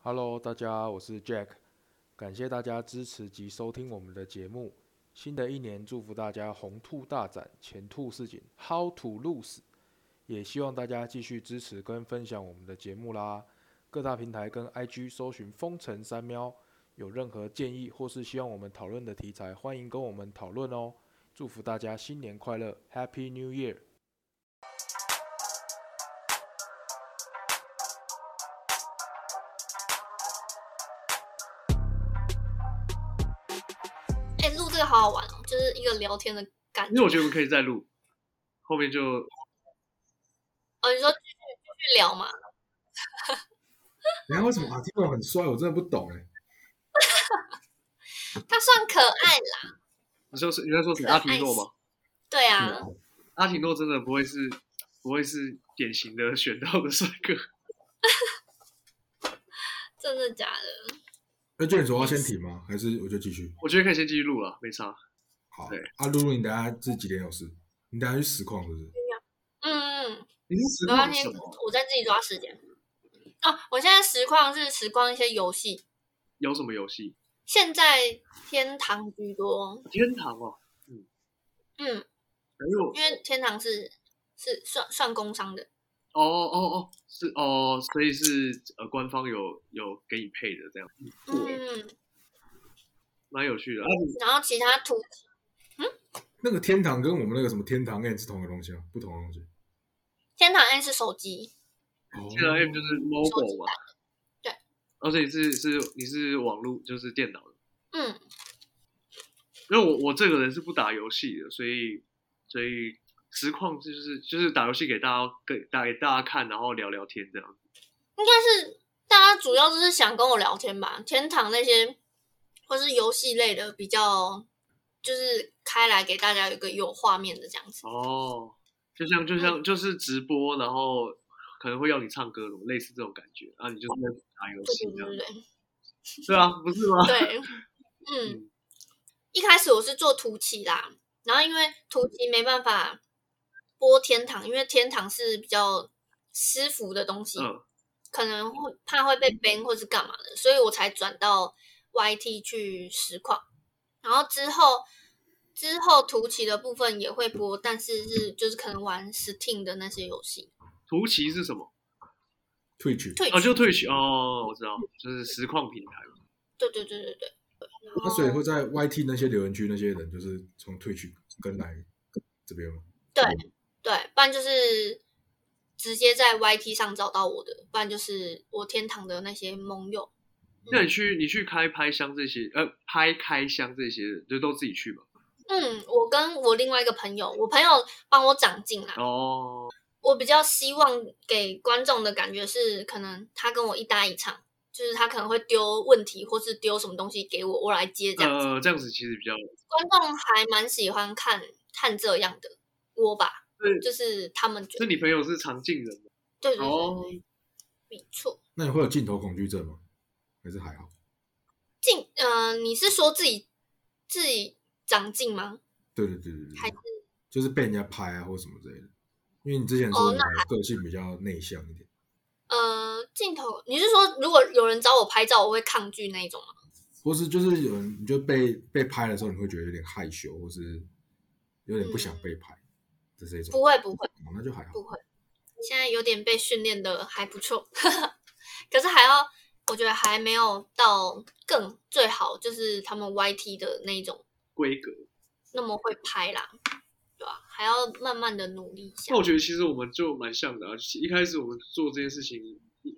Hello，大家，我是 Jack，感谢大家支持及收听我们的节目。新的一年，祝福大家红兔大展，前兔似锦，How to lose，也希望大家继续支持跟分享我们的节目啦。各大平台跟 IG 搜寻“风城三喵”，有任何建议或是希望我们讨论的题材，欢迎跟我们讨论哦。祝福大家新年快乐，Happy New Year！哎、录这个好好玩哦，就是一个聊天的感因觉。为我觉得我们可以再录，后面就哦，你说继续继续聊嘛？然哎后为什么阿提诺很帅？我真的不懂哎、他算可爱啦，你说是你在说什么可爱阿提诺吗？对啊，阿提诺真的不会是不会是典型的选到的帅哥， 真的假的？那就你哎说要先停吗？还是我就继续？我觉得可以先继续录了，没差。好对，啊，露露，你等下是几点有事？你等下去实况是不是？嗯嗯，你是实没关况系什么？，我在自己抓时间。哦，我现在实况是实况一些游戏，有什么游戏？现在天堂居多。天堂哦，嗯，哎呦，因为天堂是是算算工商的，哦哦哦，是哦，所以是呃官方有有给你配的这样，嗯，蛮有趣的。然后其他图那个天堂跟我们那个什么天堂 N 是同一个东西吗？不同的东西。天堂 N 是手机，哦天堂 M 就是 mobile 嘛，对，而且你是是你是网络就是电脑的。嗯，因为我我这个人是不打游戏的，所以所以实况就是就是打游戏给大家给打给大家看，然后聊聊天这样。应该是大家主要就是想跟我聊天吧。天堂那些或是游戏类的比较，就是开来给大家有一个有画面的这样子。哦，就像就像就是直播，然后可能会要你唱歌什么，类似这种感觉啊，你就是在打游戏对这样。对对对啊，不是吗？ 对，对，嗯，一开始我是做图奇啦，然后因为图奇没办法播天堂，因为天堂是比较私服的东西，嗯，可能会怕会被 ban 或是干嘛的，所以我才转到 YT 去实况。然后之后之后图奇的部分也会播，但是是就是可能玩 Steam 的那些游戏，图奇是什么？退去。退哦，就群退取哦，我知道，就是实况平台嘛。对对对对对。然那啊所以后会在 YT 那些留言区那些人，就是从退去跟来这边吗？对，不然就是直接在 YT 上找到我的，不然就是我天堂的那些盟友。那你去你去开拍箱这些，呃，拍开箱这些，就都自己去嘛。嗯，我跟我另外一个朋友，我朋友帮我长进啦，哦，我比较希望给观众的感觉是，可能他跟我一搭一唱，就是他可能会丢问题或是丢什么东西给我，我来接这样子。呃，这样子其实比较观众还蛮喜欢看看这样的我吧，对就是他们觉嗯是得你朋友是常进人吗？对对对，哦对没错。那你会有镜头恐惧症吗？还是还好？进，呃，你是说自己自己长进吗？对对对对对还是对，就是被人家拍啊或什么之类的。因为你之前哦说你的个性比较内向一点，呃，镜头，你是说如果有人找我拍照，我会抗拒那一种吗？或是就是有人你就被被拍的时候，你会觉得有点害羞，或是有点不想被拍，这是一种。嗯不会，不会。哦，那就还好。不会，现在有点被训练的还不错， 可是还要，我觉得还没有到更最好，就是他们 YT 的那一种规格。那么会拍啦，对吧、还要慢慢的努力一下那。我觉得其实我们就蛮像的啊，就是一开始我们做这件事情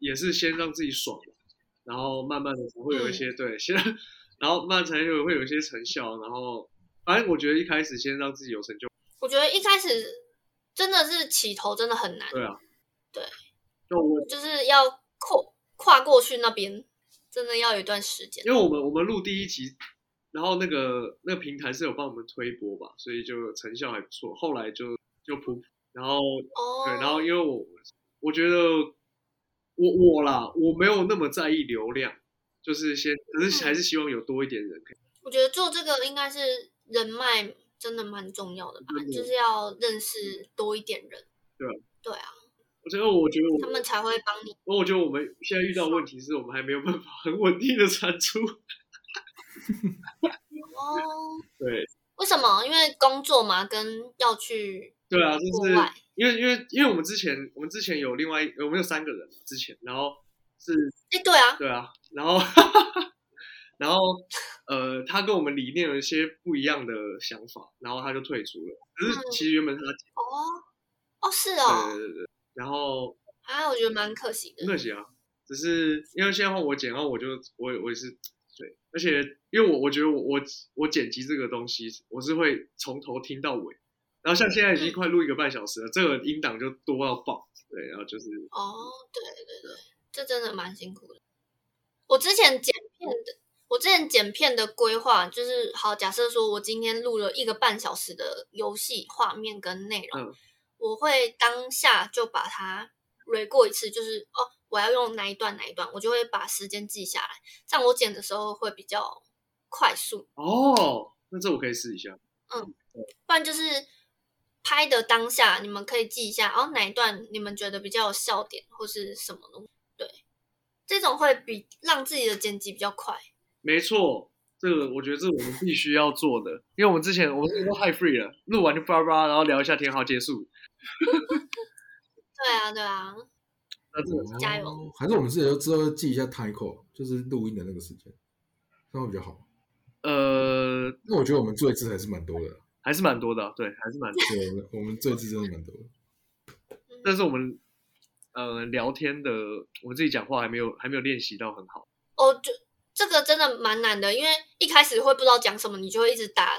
也是先让自己爽，然后慢慢的才会有一些、对，先然后慢慢才有会有一些成效，然后反正我觉得一开始先让自己有成就，我觉得一开始真的是起头真的很难，对啊，对，就我就是要跨跨过去那边，真的要有一段时间。因为我们我们录第一集，然后那个那个平台是有帮我们推播吧，所以就成效还不错，后来就就普普，然后哦，对，然后因为我我觉得我我啦，我没有那么在意流量，就是先，可嗯是还是希望有多一点人可以。我觉得做这个应该是人脉真的蛮重要的吧，真的就是要认识多一点人。对对啊，我觉得哦我觉得我哦他们才会帮你。那我觉得我们现在遇到的问题是我们还没有办法很稳定的产出。哦，对为什么？因为工作嘛，跟要去对啊，就国是外。因为因为因为我们之前我们之前有另外一我们有三个人嘛之前，然后是哎、对啊，对啊，然后 然后呃，他跟我们理念有一些不一样的想法，然后他就退出了。可嗯是其实原本他哦，哦是对哦，对对对，然后啊，我觉得蛮可惜很的。可惜啊，只是因为现在换我剪，然后我就我也我也是对，而且因为我我觉得我我我剪辑这个东西，我是会从头听到尾。然后像现在已经快录一个半小时了，这个音档就多到爆，对，然后就是哦，对对对，这真的蛮辛苦的。我之前剪片的，我之前剪片的规划就是，好，假设说我今天录了一个半小时的游戏画面跟内容，嗯我会当下就把它 re 过一次，就是哦，我要用哪一段哪一段，我就会把时间记下来，这样我剪的时候会比较快速。哦，那这我可以试一下，不然就是拍的当下，你们可以记一下，哦，哪一段你们觉得比较有笑点或是什么东西？对，这种会比让自己的剪辑比较快。没错。这个我觉得这是我们必须要做的，因为我们之前我们这个都太 free 了，录完就叭叭，然后聊一下天，好结束。对啊，对啊，那这个加油哦！还是我们自己就之后记一下 time code，就是录音的那个时间，那会比较好。呃那我觉得我们做一次还是蛮多的啊，还是蛮多的啊，对，还是蛮多的。对，我们我们做一次真的蛮多的。嗯但是我们呃聊天的，我自己讲话还没有还没有练习到很好。哦，就这个真的蛮难的，因为一开始会不知道讲什么，你就会一直打，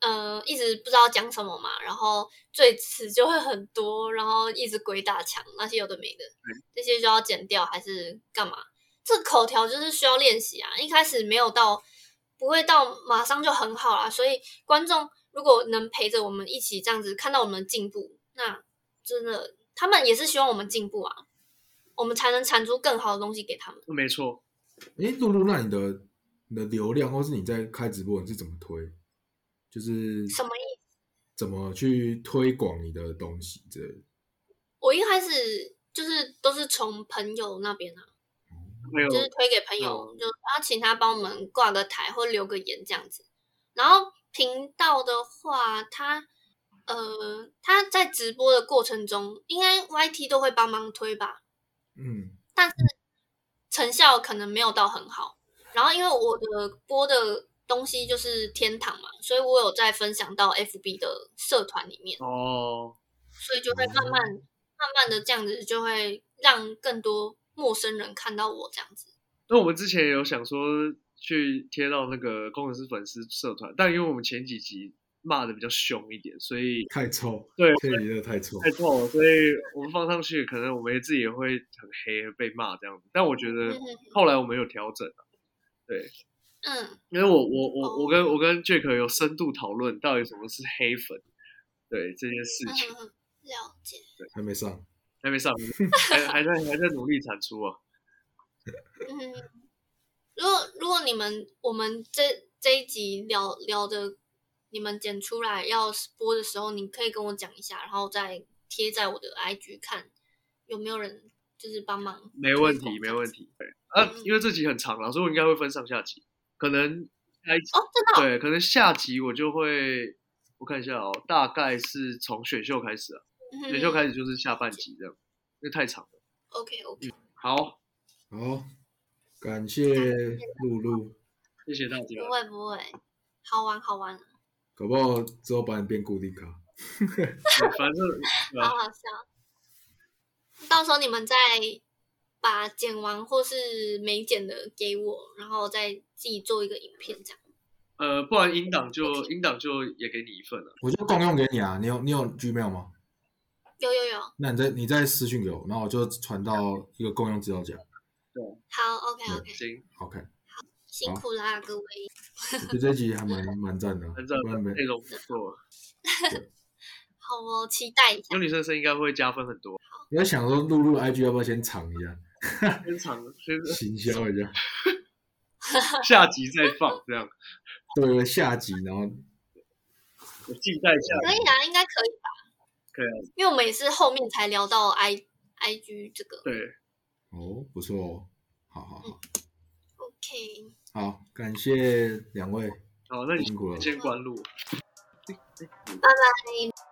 呃，一直不知道讲什么嘛，然后最词就会很多，然后一直鬼打墙那些有的没的，这些就要剪掉还是干嘛？这口条就是需要练习啊，一开始没有到，不会到马上就很好啦，所以观众如果能陪着我们一起这样子看到我们的进步，那真的他们也是希望我们进步啊，我们才能产出更好的东西给他们。没错，哎，露露，那你的你的流量，或是你在开直播，你是怎么推？就是什么意怎么去推广你的东西之类的？我一开始就是都是从朋友那边啊，还有就是推给朋友，就啊请他帮我们挂个台或留个言这样子。然后频道的话，他呃他在直播的过程中，应该 YT 都会帮忙推吧，嗯，成效可能没有到很好。然后因为我的播的东西就是天堂嘛，所以我有在分享到 FB 的社团里面。哦，所以就会慢慢、慢慢的这样子，就会让更多陌生人看到我这样子。那我们之前有想说去贴到那个工程师粉丝社团，但因为我们前几集骂的比较凶一点，所以太臭，对天理真的太臭。太臭了，所以我们放上去，可能我们自己也会很黑被骂这样子。但我觉得嗯后来我们有调整啊，嗯，因为我我我我跟我跟 Jack 有深度讨论到底什么是黑粉，对这件事情。嗯了解。还没上，还没上，还还在还在努力产出啊。嗯，如果如果你们我们这这一集聊聊的，你们剪出来要播的时候，你可以跟我讲一下，然后再贴在我的 IG 看有没有人就是帮忙。哦没问题，没问。题。对嗯啊，因为这集很长了，所以我应该会分上下集。可能下一集，哦，真的哦、对，可能下集我就会，我看一下哦，大概是从选秀开始啊，嗯选秀开始就是下半集这样，因为太长了。 OK OK，好，好，感谢露露，谢谢大家。不会不会，好玩好玩，搞不好之后把你变固定卡。反正对啊好好笑。到时候你们再把剪完或是没剪的给我，然后再自己做一个影片这样。呃，不然音档就音档就也给你一份了。我就共用给你啊，你有你有 Gmail 吗？有有有，那你再你再私信给我，然后我就传到一个共用资料夹。好，OK OK，行， OK，辛苦啦各位。我觉得这一集还蛮蛮赞的，啊反正不然没内容不错，好哦，期待一下。有女生的声音应该会加分很多。我在想说露露 IG 要不要先藏一下，先长， 先行销一下，下集再放这样，对了下集，然后我静待下可以啊，应该可以吧？可以啊因为我们也是后面才聊到 I IG 这个。对，哦，不错哦，好好好， OK，好，感谢两位。哦好，那你辛苦了先关录。拜。